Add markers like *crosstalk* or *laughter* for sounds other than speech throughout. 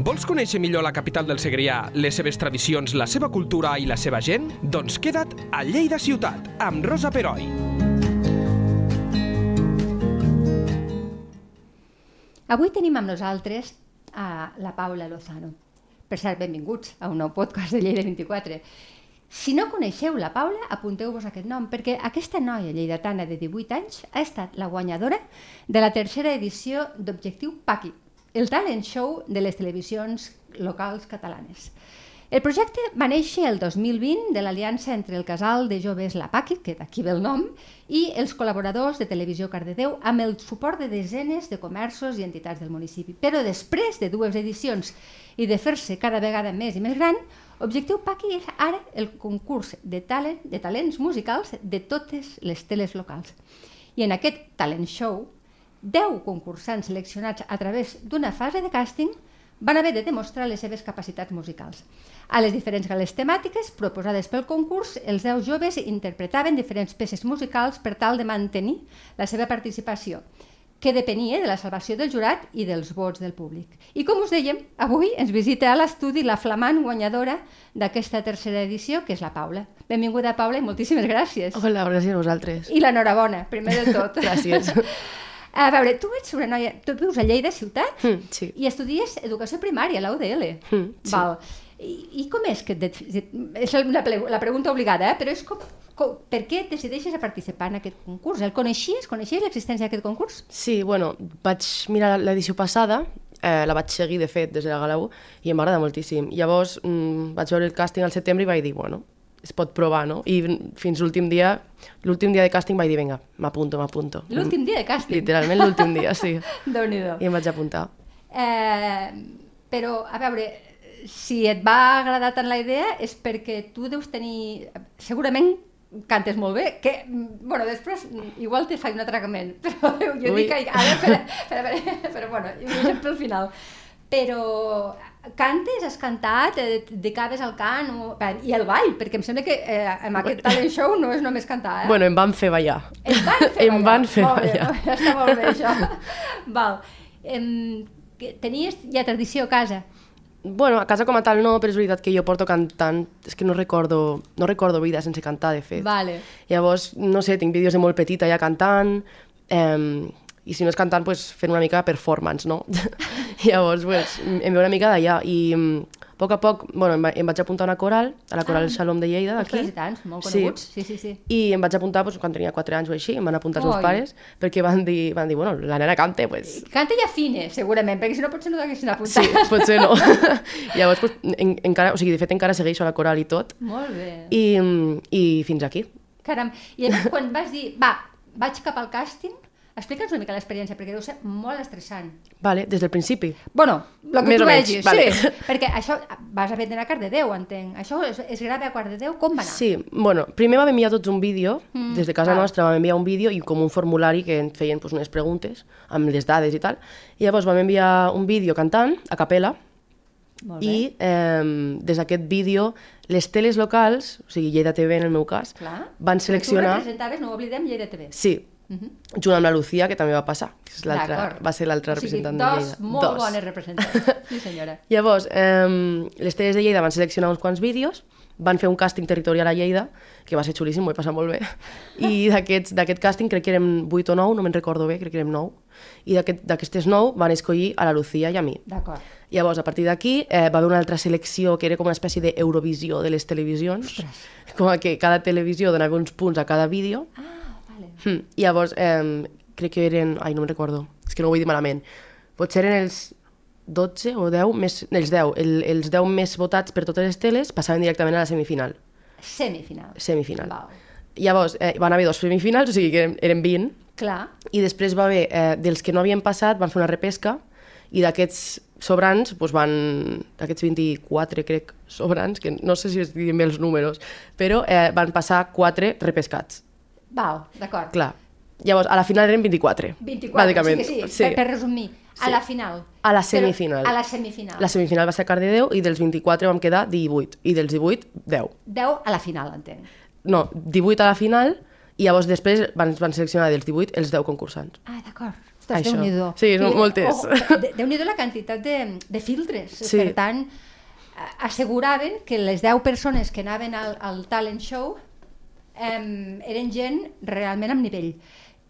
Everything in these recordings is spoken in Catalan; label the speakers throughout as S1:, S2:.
S1: Vols conèixer millor la capital del Segrià, les seves tradicions, la seva cultura i la seva gent? Doncs queda't a Lleida Ciutat, amb Rosa Peroi.
S2: Avui tenim amb nosaltres a la Paula Lozano. Per cert, benvinguts a un nou podcast de Lleida 24. Si no coneixeu la Paula, apunteu-vos aquest nom, perquè aquesta noia lleidatana de 18 anys ha estat la guanyadora de la tercera edició d'Objectiu Paqui, el talent show de les televisions locals catalanes. El projecte va néixer el 2020 de l'aliança entre el casal de joves La Paqui, que d'aquí ve el nom, i els col·laboradors de Televisió Cardedeu amb el suport de desenes de comerços i entitats del municipi. Però després de dues edicions i de fer-se cada vegada més i més gran, Objectiu Paqui és ara el concurs de, talent, de talents musicals de totes les teles locals. I en aquest talent show, 10 concursants seleccionats a través d'una fase de càsting van haver de demostrar les seves capacitats musicals. A les diferents gales temàtiques proposades pel concurs, els 10 joves interpretaven diferents peces musicals per tal de mantenir la seva participació, que depenia de la salvació del jurat i dels vots del públic. I com us dèiem, avui ens visita a l'estudi la flamant guanyadora d'aquesta tercera edició, que és la Paula. Benvinguda, Paula, i moltíssimes gràcies.
S3: Hola, gràcies a vosaltres.
S2: I l'enhorabona, primer de tot.
S3: *laughs* Gràcies.
S2: A veure, tu ets una noia... Tu vius a Lleida ciutat
S3: Mm, sí.
S2: i estudies educació primària a la UDL.
S3: Mm, sí.
S2: Val. I, I com és que... Et, de- és la, ple- la pregunta obligada, eh? però és com, com, per què et decideixes a participar en aquest concurs? El coneixies? Coneixies l'existència d'aquest concurs?
S3: Sí, bueno, vaig mirar l'edició passada, eh, la vaig seguir, de fet, des de la Gala 1, i em va agradar moltíssim. Llavors mm, vaig veure el càsting al setembre i vaig dir, bueno, es pot provar, no? I mm, fins l'últim dia, l'últim dia de càsting vaig dir, vinga, m'apunto, m'apunto. Mm,
S2: L'últim dia de càsting.
S3: Literalment l'últim dia, sí.
S2: *laughs* Déu-n'hi-do.
S3: I em vaig apuntar.
S2: Eh, però, a veure, si et va agradar tant la idea és perquè tu deus tenir... Segurament cantes molt bé, que, mm, bueno, després mm, igual te faig un atracament, *laughs* però jo
S3: Ui.
S2: dic que ara, espera, espera, espera, però bueno, jo sempre al final. Però cantes, has cantat, eh, et dedicaves al cant o... i al ball, perquè em sembla que eh, en aquest talent show no és només cantar, eh?
S3: Bueno, em van fer ballar.
S2: Em
S3: *laughs*
S2: van fer
S3: Em van fer
S2: molt bé,
S3: ballar.
S2: molt bé, *laughs* està molt bé,
S3: *laughs*
S2: això. Val. Em, que tenies ja tradició a casa.
S3: Bueno, a casa com a tal no, però és veritat que jo porto cantant, és que no recordo, no recordo vida sense cantar, de fet.
S2: Vale.
S3: Llavors, no sé, tinc vídeos de molt petita ja cantant, eh, i si no és cantant, pues, fent una mica de performance, no? *laughs* Llavors, pues, em ve una mica d'allà, i mm, a poc a poc, bueno, em, va- em vaig apuntar a una coral, a la coral
S2: Ah.
S3: Shalom de Lleida, d'aquí.
S2: Ostres, i tant, molt coneguts. Sí, sí, sí.
S3: I em vaig apuntar pues, quan tenia 4 anys o així, em van apuntar els meus
S2: Oi.
S3: pares, perquè van dir, van dir bueno, la nena cante, pues,
S2: Canta i afine, segurament, perquè si no potser no t'haguessin apuntat.
S3: *laughs* Sí, potser no. Llavors, pues, en, encara, o sigui, de fet encara segueixo a la coral i tot.
S2: *laughs* Molt bé. I...
S3: I, mm, i fins aquí.
S2: Caram, i a més, quan vas dir, va, vaig cap al càsting, explica'ns una mica l'experiència, perquè deu ser molt estressant.
S3: Vale, des del principi.
S2: Bueno, el que
S3: Més
S2: tu
S3: o menys,
S2: vegis,
S3: vale.
S2: sí. Perquè això vas haver d'anar a quart de Déu, entenc. Això es, es grava a quart de Déu, com va anar?
S3: Sí, bueno, primer vam enviar tots un vídeo,
S2: Mm,
S3: mm, des de casa
S2: val.
S3: nostra vam enviar un vídeo i com un formulari que ens feien pues, unes preguntes amb les dades i tal. I llavors vam enviar un vídeo cantant, a capella,
S2: Molt bé.
S3: i eh, des d'aquest vídeo les teles locals, o sigui Lleida TV en el meu cas,
S2: Clar.
S3: van
S2: Tu
S3: seleccionar...
S2: representaves, no ho oblidem, Lleida TV.
S3: Sí,
S2: Uh -huh.
S3: junt amb la Lucía, que també va passar, que és l'altra, va ser l'altra representant
S2: o sigui,
S3: de
S2: dos
S3: Lleida.
S2: molt bones
S3: *laughs*
S2: representants. Sí, senyora.
S3: Llavors, eh, les teles de Lleida van seleccionar uns quants vídeos, van fer un càsting territorial a Lleida, que va ser xulíssim, m'ho he passat molt bé, i d'aquests- d'aquest càsting crec que érem 8 o 9, no me'n recordo bé, crec que érem 9, i d'aquest- d'aquestes 9 van escollir a la Lucía i a mi.
S2: D'acord.
S3: Llavors, a partir d'aquí, eh, va haver una altra selecció que era com una espècie d'Eurovisió de les televisions, com que cada televisió donava uns punts a cada vídeo,
S2: Ah, vale.
S3: Mm, llavors, eh, crec que eren... Ai, no me'n recordo. És que no ho vull dir malament. Potser eren els 12 o 10 més... Els 10. El, els 10 més votats per totes les teles passaven directament a la semifinal.
S2: Semifinal.
S3: Semifinal.
S2: Val.
S3: Llavors, eh, van haver dos semifinals, o sigui que eren, eren 20.
S2: Clar.
S3: I després va haver... Eh, dels que no havien passat, van fer una repesca i d'aquests sobrants, doncs van... D'aquests 24, crec, sobrants, que no sé si es diguin bé els números, però eh, van passar 4 repescats.
S2: Val, d'acord.
S3: Clar. Llavors, a la final eren 24.
S2: 24,
S3: bàsicament.
S2: o sigui que sí, Per, per resumir, a
S3: Sí.
S2: la final.
S3: A la
S2: Però-
S3: semifinal.
S2: a la semifinal.
S3: La semifinal va ser a Cardedeu i dels 24 vam quedar 18. I dels 18, 10.
S2: 10 a la final, entenc.
S3: No, 18 a la final i llavors després van, van seleccionar dels 18 els 10 concursants.
S2: Ah, d'acord. Ostres,
S3: Això.
S2: Déu-n'hi-do.
S3: Sí, és
S2: I-
S3: molt és.
S2: Oh, de- Déu-n'hi-do la quantitat de, de filtres.
S3: Sí.
S2: Sí. Per tant, a- asseguraven que les 10 persones que anaven al, al talent show em, eren gent realment amb nivell.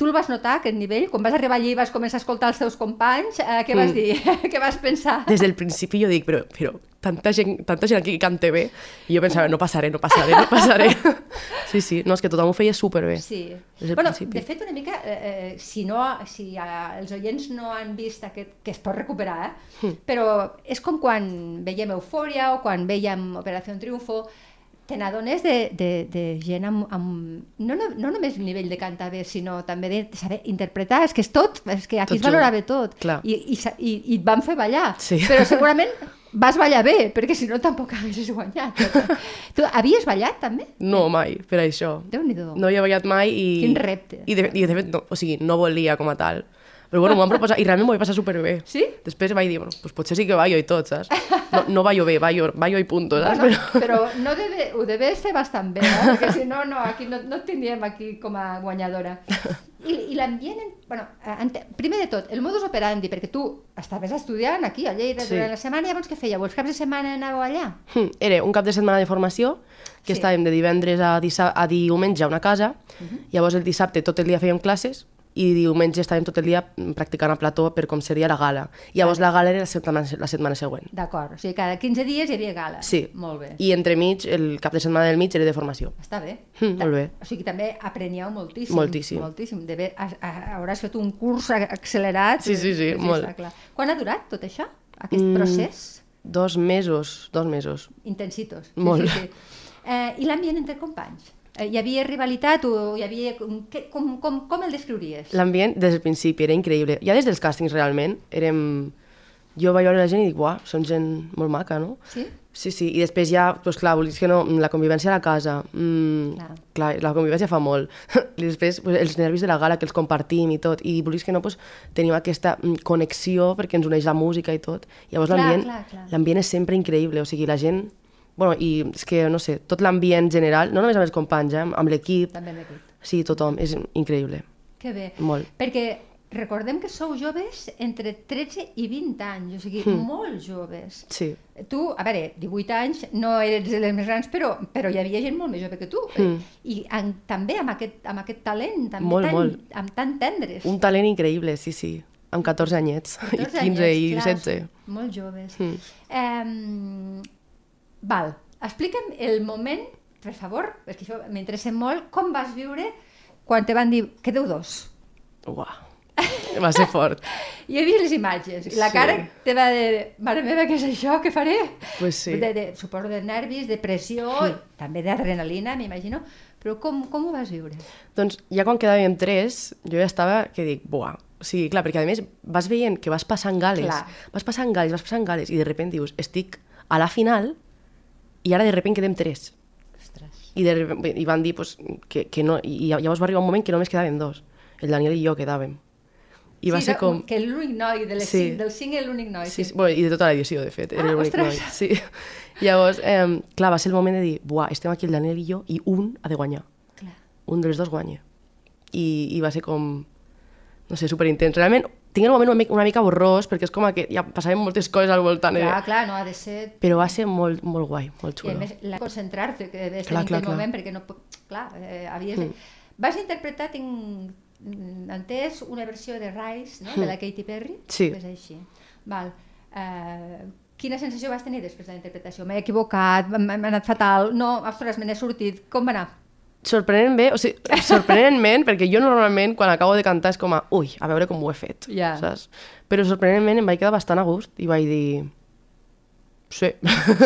S2: Tu el vas notar, aquest nivell? Quan vas arribar allí i vas començar a escoltar els teus companys, eh, què vas
S3: Mm.
S2: dir? *laughs* què vas pensar?
S3: Des del principi jo dic, però, però tanta, gent, tanta gent aquí que canta bé, i jo pensava, no passaré, no passaré, no passaré. *laughs* Sí, sí, no, és que tothom ho feia superbé.
S2: Sí.
S3: Des del
S2: bueno,
S3: principi.
S2: de fet, una mica, eh, eh, si, no, si eh, els oients no han vist aquest, que es pot recuperar, eh?
S3: Hmm.
S2: però és com quan veiem Eufòria o quan veiem Operació Triunfo, te n'adones de, de, de gent amb, amb no, no, no només nivell de cantar bé, sinó també de saber interpretar, és que és tot, és que
S3: Tot
S2: aquí es
S3: junt.
S2: valorava tot,
S3: Clar.
S2: I, i, sa- i, i et van fer ballar,
S3: Sí. *laughs*
S2: però segurament vas ballar bé, perquè si no tampoc haguessis guanyat.
S3: *laughs*
S2: tu havies ballat també?
S3: No, mai, per això.
S2: Déu-n'hi-do.
S3: No havia ballat mai i...
S2: Quin repte.
S3: I de, i de fet, no, o sigui, no volia com a tal. Però bueno, m'ho van proposar i realment m'ho vaig passar superbé.
S2: Sí?
S3: Després vaig dir, bueno, pues potser sí que ballo i tot, saps? No, no ballo bé, ballo, ballo i punto, saps?
S2: Bueno,
S3: *laughs* Però...
S2: però no debe, ho debes fer bastant bé, eh? perquè si no, no, aquí no, no et tindríem aquí com a guanyadora. I, i l'ambient, en- bueno, eh, ente- primer de tot, el modus operandi, perquè tu estaves estudiant aquí a Lleida
S3: Sí.
S2: sí. durant la setmana, i llavors què fèieu? Els caps de setmana anàveu allà?
S3: Hm, *laughs* Era un cap de setmana de formació, que
S2: Sí.
S3: estàvem de divendres a, dissa- a diumenge a una casa,
S2: Mhm.
S3: llavors el dissabte tot el dia fèiem classes i diumenge estàvem tot el dia mm, practicant a plató per com seria la gala. Llavors la gala era la setmana, la setmana següent.
S2: D'acord, o sigui, cada 15 dies hi havia gala.
S3: Sí.
S2: Molt bé. I...
S3: I entremig, el cap de setmana del mig era de formació.
S2: Està bé.
S3: Hm, molt bé.
S2: O sigui, també apreníeu moltíssim.
S3: Moltíssim.
S2: Moltíssim. De bé, a, a, hauràs fet un curs a- accelerat.
S3: Sí, sí, sí, molt.
S2: Està clar. Quan ha durat tot això, aquest mm. procés?
S3: Dos mesos, dos mesos.
S2: intensitos.
S3: Molt.
S2: Sí, sí, sí. Eh, I l'ambient entre companys? Eh, hi havia rivalitat o hi havia... Com, que- com, com, com el descriuries?
S3: L'ambient des del principi era increïble. Ja des dels càstings realment érem... Jo vaig veure la gent i dic, uah, són gent molt maca, no?
S2: Sí?
S3: Sí, sí, i després ja, doncs clar, volies que no, la convivència a la casa, mm, clar.
S2: Clar.
S3: clar, la convivència fa molt. *laughs* I després doncs, els nervis de la gala, que els compartim i tot, i volies que no, doncs, tenim aquesta mm, connexió perquè ens uneix la música i tot. Llavors
S2: Clar,
S3: l'ambient
S2: clar, clar.
S3: l'ambient és sempre increïble, o sigui, la gent... Bueno, i és que, no sé, tot l'ambient general, no només amb els companys, eh, amb l'equip,
S2: També amb l'equip.
S3: sí, tothom, és increïble.
S2: Que bé.
S3: Molt.
S2: Perquè recordem que sou joves entre 13 i 20 anys, o sigui, molt joves.
S3: Hmm. Sí.
S2: Tu, a veure, 18 anys, no eres de les més grans, però, però hi havia gent molt més jove que tu. Mm. I en, també amb aquest, amb aquest talent, també
S3: Hmm. Molt,
S2: tan,
S3: molt.
S2: amb tan tendres.
S3: Un talent increïble, sí, sí. Amb 14 anyets,
S2: 14
S3: i 15
S2: anyets,
S3: i
S2: clar,
S3: 16.
S2: són Molt joves.
S3: Mm.
S2: Em, val, explica'm el moment, per favor, perquè això m'interessa molt, com vas viure quan te van dir que deu dos.
S3: Uah, va ser fort.
S2: I he vist les imatges, i la
S3: Sí.
S2: cara teva de, mare meva, què és això, què faré?
S3: Pues sí. Hmm.
S2: De, de, suposo de nervis, de pressió, i també d'adrenalina, m'imagino, però com, com ho vas viure?
S3: Doncs ja quan quedàvem tres, jo ja estava que dic, buah, o sigui, clar, perquè a més vas veient que vas passant gales,
S2: Clar.
S3: vas passant gales, vas passant gales, i de repente dius, estic a la final, i ara de repente quedem tres.
S2: Ostres,
S3: I, de, repen- i van dir pues, que, que no, i llavors va arribar un moment que només quedàvem dos. El Daniel i jo quedàvem. I va
S2: sí,
S3: ser
S2: no,
S3: com...
S2: Que l'únic noi, de les
S3: Sí.
S2: cinc, del cinc era l'únic noi.
S3: Sí, sí, bueno, i de tota l'edició, de fet. Era
S2: eh? Ah,
S3: l'únic noi.
S2: ostres!
S3: Sí. *laughs* Llavors, eh, clar, va ser el moment de dir, buah, estem aquí el Daniel i jo, i un ha de guanyar.
S2: Clar.
S3: Un dels dos guanya. I, i va ser com, no sé, superintens. Realment, tinc el moment una mica, una mica borrós, perquè és com que ja passaven moltes coses al voltant. eh?
S2: clar, clar, no ha de ser
S3: Però va ser molt, molt guai,
S2: I
S3: molt
S2: a
S3: xulo.
S2: més, la... concentrar-te, que deies
S3: Clar,
S2: en
S3: clar,
S2: aquell
S3: clar. Mm.
S2: moment, perquè no... po- Clar, eh, havies... De... Vas interpretar, tinc mm, entès, una versió de Rise, no?, de la Katy Perry.
S3: Mm. Sí.
S2: És així. Val. Eh, quina sensació vas tenir després de la interpretació? M'he equivocat, m- m- m'ha anat fatal, no, ostres, me n'he sortit, com va anar?
S3: Sorprenent bé, o sigui, sorprenentment, *laughs* perquè jo normalment quan acabo de cantar és com a, ui, a veure com ho he fet,
S2: Ja.
S3: saps? Però sorprenentment em vaig quedar bastant a gust i vaig dir... Sí.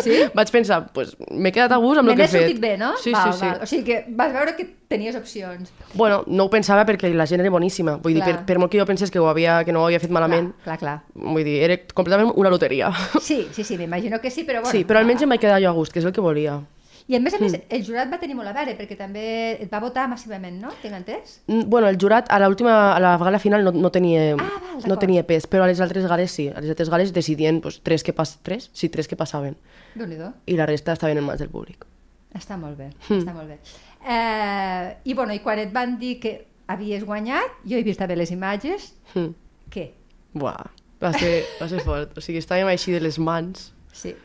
S2: Sí?
S3: *laughs* vaig pensar, pues, m'he quedat a gust amb
S2: Me
S3: el que
S2: n'he
S3: he fet.
S2: sortit bé, no?
S3: Sí,
S2: val,
S3: sí, sí.
S2: Val. O sigui que vas veure que tenies opcions.
S3: Bueno, no ho pensava perquè la gent era boníssima. Vull dir,
S2: Clar.
S3: per, per molt que jo pensés que, ho havia, que no ho havia fet malament,
S2: Clar, clar,
S3: vull dir, era completament una loteria.
S2: clar. Sí, sí, sí, m'imagino que sí, però bueno.
S3: sí, però almenys em Mm. vaig quedar jo a gust, que és el que volia.
S2: I a més a més, el jurat va tenir molt a veure, perquè també et va votar massivament, no? Tinc entès?
S3: Mm, Bueno, el jurat a l'última, a la gala final no, no tenia,
S2: Ah, val, d'acord.
S3: no tenia pes, però a les altres gales sí. A les altres gales decidien pues, tres, que pas, tres? Sí, tres que passaven
S2: déu nhi
S3: i la resta estaven en mans del públic.
S2: Està molt bé,
S3: Hmm.
S2: està molt bé. Eh, I bueno, i quan et van dir que havies guanyat, jo he vist també les imatges,
S3: Mm.
S2: Què?
S3: Buah, va ser, va ser fort. O sigui, estàvem així de les mans
S2: Sí.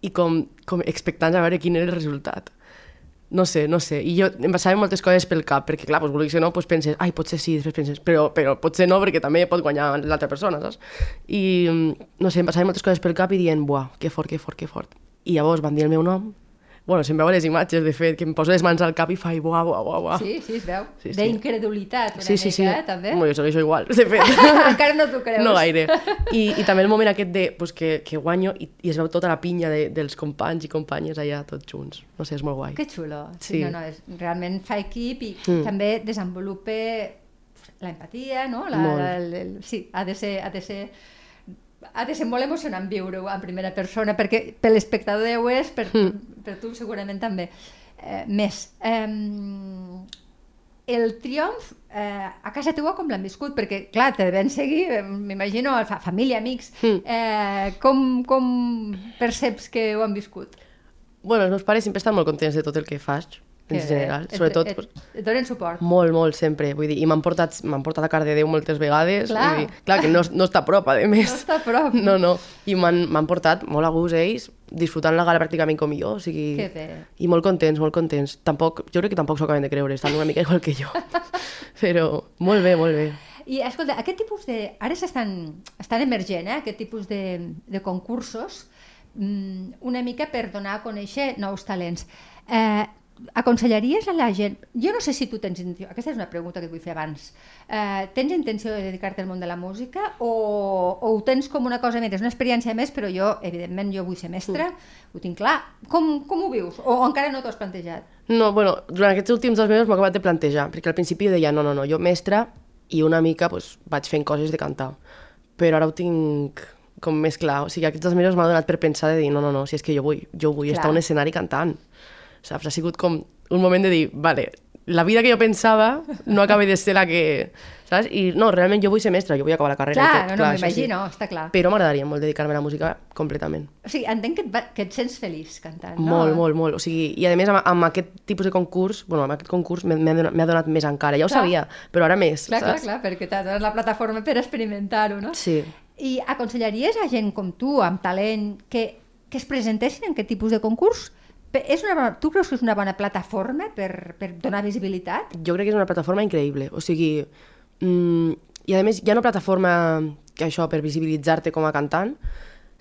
S3: i com, com expectants a veure quin era el resultat. No sé, no sé. I jo em passaven moltes coses pel cap, perquè clar, doncs, vulguis o no, doncs penses, ai, potser sí, després penses, però, però potser no, perquè també pot guanyar l'altra persona, saps? I mm, no sé, em passaven moltes coses pel cap i dient, buah, que fort, que fort, que fort. I llavors van dir el meu nom, bueno, se'n veuen les imatges, de fet, que em poso les mans al cap i faig, buah, buah, buah, buah.
S2: Sí, sí, es veu.
S3: Ah. Sí, sí.
S2: D'incredulitat una mica, eh, també.
S3: Bueno, jo segueixo igual, de fet.
S2: *laughs* Encara no t'ho creus.
S3: No gaire. I, I també el moment aquest de pues, que, que guanyo i, i es veu tota la pinya de, dels companys i companyes allà tots junts. No sé, és molt guai.
S2: Que xulo. Sí.
S3: Sí. Mm.
S2: No, no, és, realment fa equip i també desenvolupa la empatia, no? La,
S3: Molt.
S2: la, el, el, sí, ha de ser... Ha de ser ha de ser molt emocionant viure-ho en primera persona, perquè per l'espectador ho és, per,
S3: Mm.
S2: per tu segurament també. Eh, més. Eh, el triomf eh, a casa teua com l'han viscut? Perquè, clar, te ben seguir, eh, m'imagino, fa, família, amics.
S3: Mm.
S2: Eh, com, com perceps que ho han viscut?
S3: Bueno, els meus pares sempre estan molt contents de tot el que faig, en
S2: Que bé.
S3: general.
S2: Et-
S3: Sobretot,
S2: Et,
S3: pues,
S2: et, et donen suport.
S3: molt, molt, sempre. Vull dir, i m'han portat, m'han portat a Cardedeu moltes vegades.
S2: Clar.
S3: Vull dir, clar, que no, no està a prop, a més.
S2: No està a prop.
S3: No, no. I m'han m'han portat molt a gust ells, disfrutant la gala pràcticament com jo. O sigui,
S2: Que bé.
S3: I molt contents, molt contents. Tampoc, jo crec que tampoc s'ho acaben de creure, estan una mica igual que
S2: *laughs*
S3: jo. Però molt bé, molt bé.
S2: I escolta, aquest tipus de... Ara s'estan estan emergent, eh? aquest tipus de, de concursos, mm, una mica per donar a conèixer nous talents. Eh, aconsellaries a la gent... Jo no sé si tu tens... intenció- Aquesta és una pregunta que et vull fer abans. Eh, tens intenció de dedicar-te al món de la música o, o ho tens com una cosa més? És una experiència més, però jo, evidentment, jo vull ser mestra, ho tinc clar. Com, com ho vius? O, o encara no t'ho has plantejat?
S3: No, bueno, durant aquests últims dos mesos m'ho he acabat de plantejar, perquè al principi jo deia, no, no, no, jo mestra i una mica pues, vaig fent coses de cantar. Però ara ho tinc com més clar. O sigui, aquests dos mesos m'ha donat per pensar de dir, no, no, no, si és que jo vull, jo vull
S2: Clar.
S3: estar a un escenari cantant. Saps? Ha sigut com un moment de dir, vale, la vida que jo pensava no acaba de ser la que... Saps? I no, realment jo vull ser mestra, jo vull acabar la carrera.
S2: Clar,
S3: i tot,
S2: no, no,
S3: això
S2: m'imagino, està clar.
S3: Però m'agradaria molt dedicar-me a la música completament.
S2: O sigui, entenc que et, va, que et sents feliç cantant, no?
S3: Molt, molt, molt. O sigui, I a més, amb, amb aquest tipus de concurs, bueno, amb aquest concurs m'he- m'he donat, m'he donat més encara. Ja ho
S2: Clar.
S3: sabia, però ara més,
S2: Clar, clar,
S3: saps?
S2: clar, perquè t'ha donat la plataforma per experimentar-ho, no?
S3: Sí.
S2: I aconsellaries a gent com tu, amb talent, que, que es presentessin en aquest tipus de concurs? Pe- És una bona, tu creus que és una bona plataforma per, per donar visibilitat?
S3: Jo crec que és una plataforma increïble. O sigui, mm, i a més, hi ha una plataforma que això per visibilitzar-te com a cantant,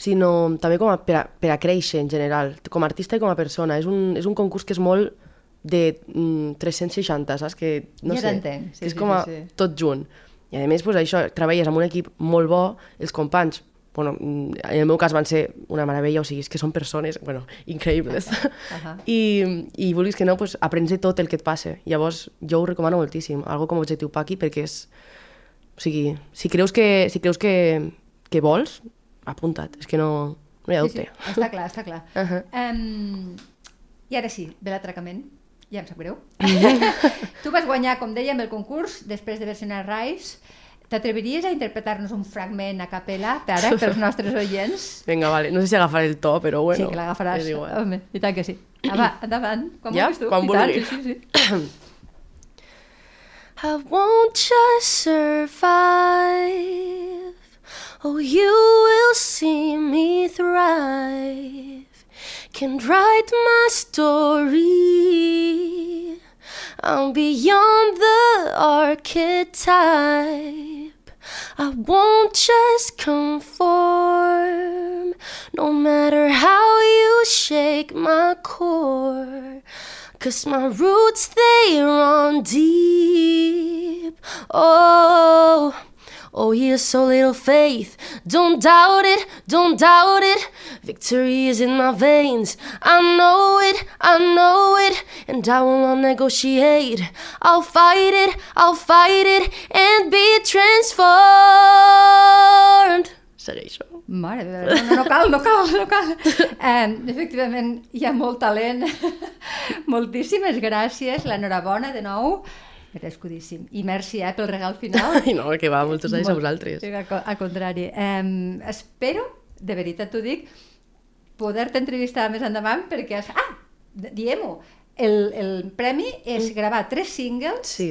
S3: sinó també com a, per, a, per a créixer en general, com a artista i com a persona. És un, és un concurs que és molt de mm, 360, saps? Que, no
S2: Ja
S3: sé,
S2: t'entenc, sí,
S3: que
S2: sí,
S3: és com a,
S2: sí, sí.
S3: tot junt. I a més, pues, això, treballes amb un equip molt bo, els companys, bueno, mm, en el meu cas van ser una meravella, o sigui, és que són persones, bueno, increïbles.
S2: ahà.
S3: I, I vulguis que no, pues, aprens de tot el que et passa. Llavors, jo ho recomano moltíssim, algo com a objectiu Paqui, perquè és... O sigui, si creus que, si creus que, que vols, apunta't, és que no, no hi ha dubte.
S2: Sí, sí, està clar, està clar. Uh
S3: Ahà.
S2: -huh. um, I ara sí, ve l'atracament. Ja em sap
S3: *laughs*
S2: greu. tu vas guanyar, com dèiem, el concurs després de versionar Rise. T'atreviries a interpretar-nos un fragment a capella, per ara, pels nostres oients?
S3: Vinga, vale, no sé si agafaré el to, però bueno.
S2: sí, que l'agafaràs.
S3: És igual.
S2: *laughs* Home, i tant que sí. Ah, va, endavant. Quan
S3: Ja?
S2: vulguis tu. I
S3: Quan
S2: tant,
S3: vulgui.
S2: sí, sí, sí.
S4: I won't just survive. Oh, you will see me thrive. Can write my story. I'm beyond the archetype. I won't just conform, no matter how you shake my core. Cause my roots, they run deep. Oh, oh, yeah, so little faith. Don't doubt it, don't doubt it. Victory is in my veins. I know it, I know it. And I will not negotiate. I'll fight it, I'll fight it, and be transformed.
S3: Segueixo. *laughs*
S2: Mare de Déu, no, no cal, no cal, no cal. Eh, efectivament, hi ha molt talent. *laughs* Moltíssimes gràcies, l'enhorabona de nou. Merescudíssim. I merci eh, pel regal
S3: *laughs*
S2: final.
S3: Ai, no, que va, moltes gràcies a
S2: Molt-
S3: vosaltres.
S2: Sí, Al, co- al contrari. Eh, espero, de veritat t'ho dic, poder-te entrevistar més endavant perquè... Has... Ah, d- diem-ho. El, el premi és gravar tres singles
S3: Sí.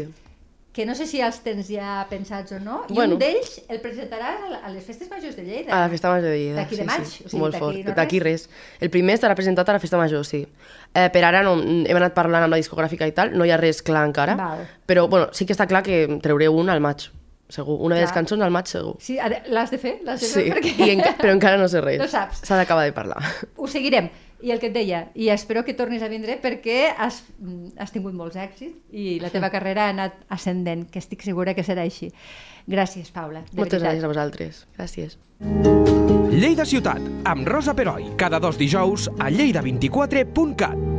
S2: que no sé si els tens ja pensats o no, i
S3: Bueno.
S2: un d'ells el presentaràs a, la- a les Festes Majors de Lleida.
S3: A la Festa Major de Lleida.
S2: D'aquí de maig?
S3: Sí, sí.
S2: O sigui,
S3: Molt
S2: d'aquí
S3: fort.
S2: no res?
S3: D'aquí res. El primer estarà presentat a la Festa Major, sí. Eh, per ara no, hem anat parlant amb la discogràfica i tal, no hi ha res clar encara.
S2: Val.
S3: Però bueno, sí que està clar que treuré un al maig, segur. Una de les
S2: Clar.
S3: cançons al maig, segur.
S2: Sí, ha de- l'has de fer, l'has de fer,
S3: Sí,
S2: perquè
S3: I enca però encara no sé res.
S2: No saps.
S3: S'ha d'acabar de parlar.
S2: *laughs* ho seguirem. I el que et deia, i espero que tornis a vindre perquè has, mm, has tingut molts èxits i la teva carrera ha anat ascendent, que estic segura que serà així. Gràcies, Paula. de
S3: Moltes
S2: veritat.
S3: gràcies a vosaltres. Gràcies.
S1: Lleida Ciutat, amb Rosa Peroi, cada dos dijous a lleida24.cat.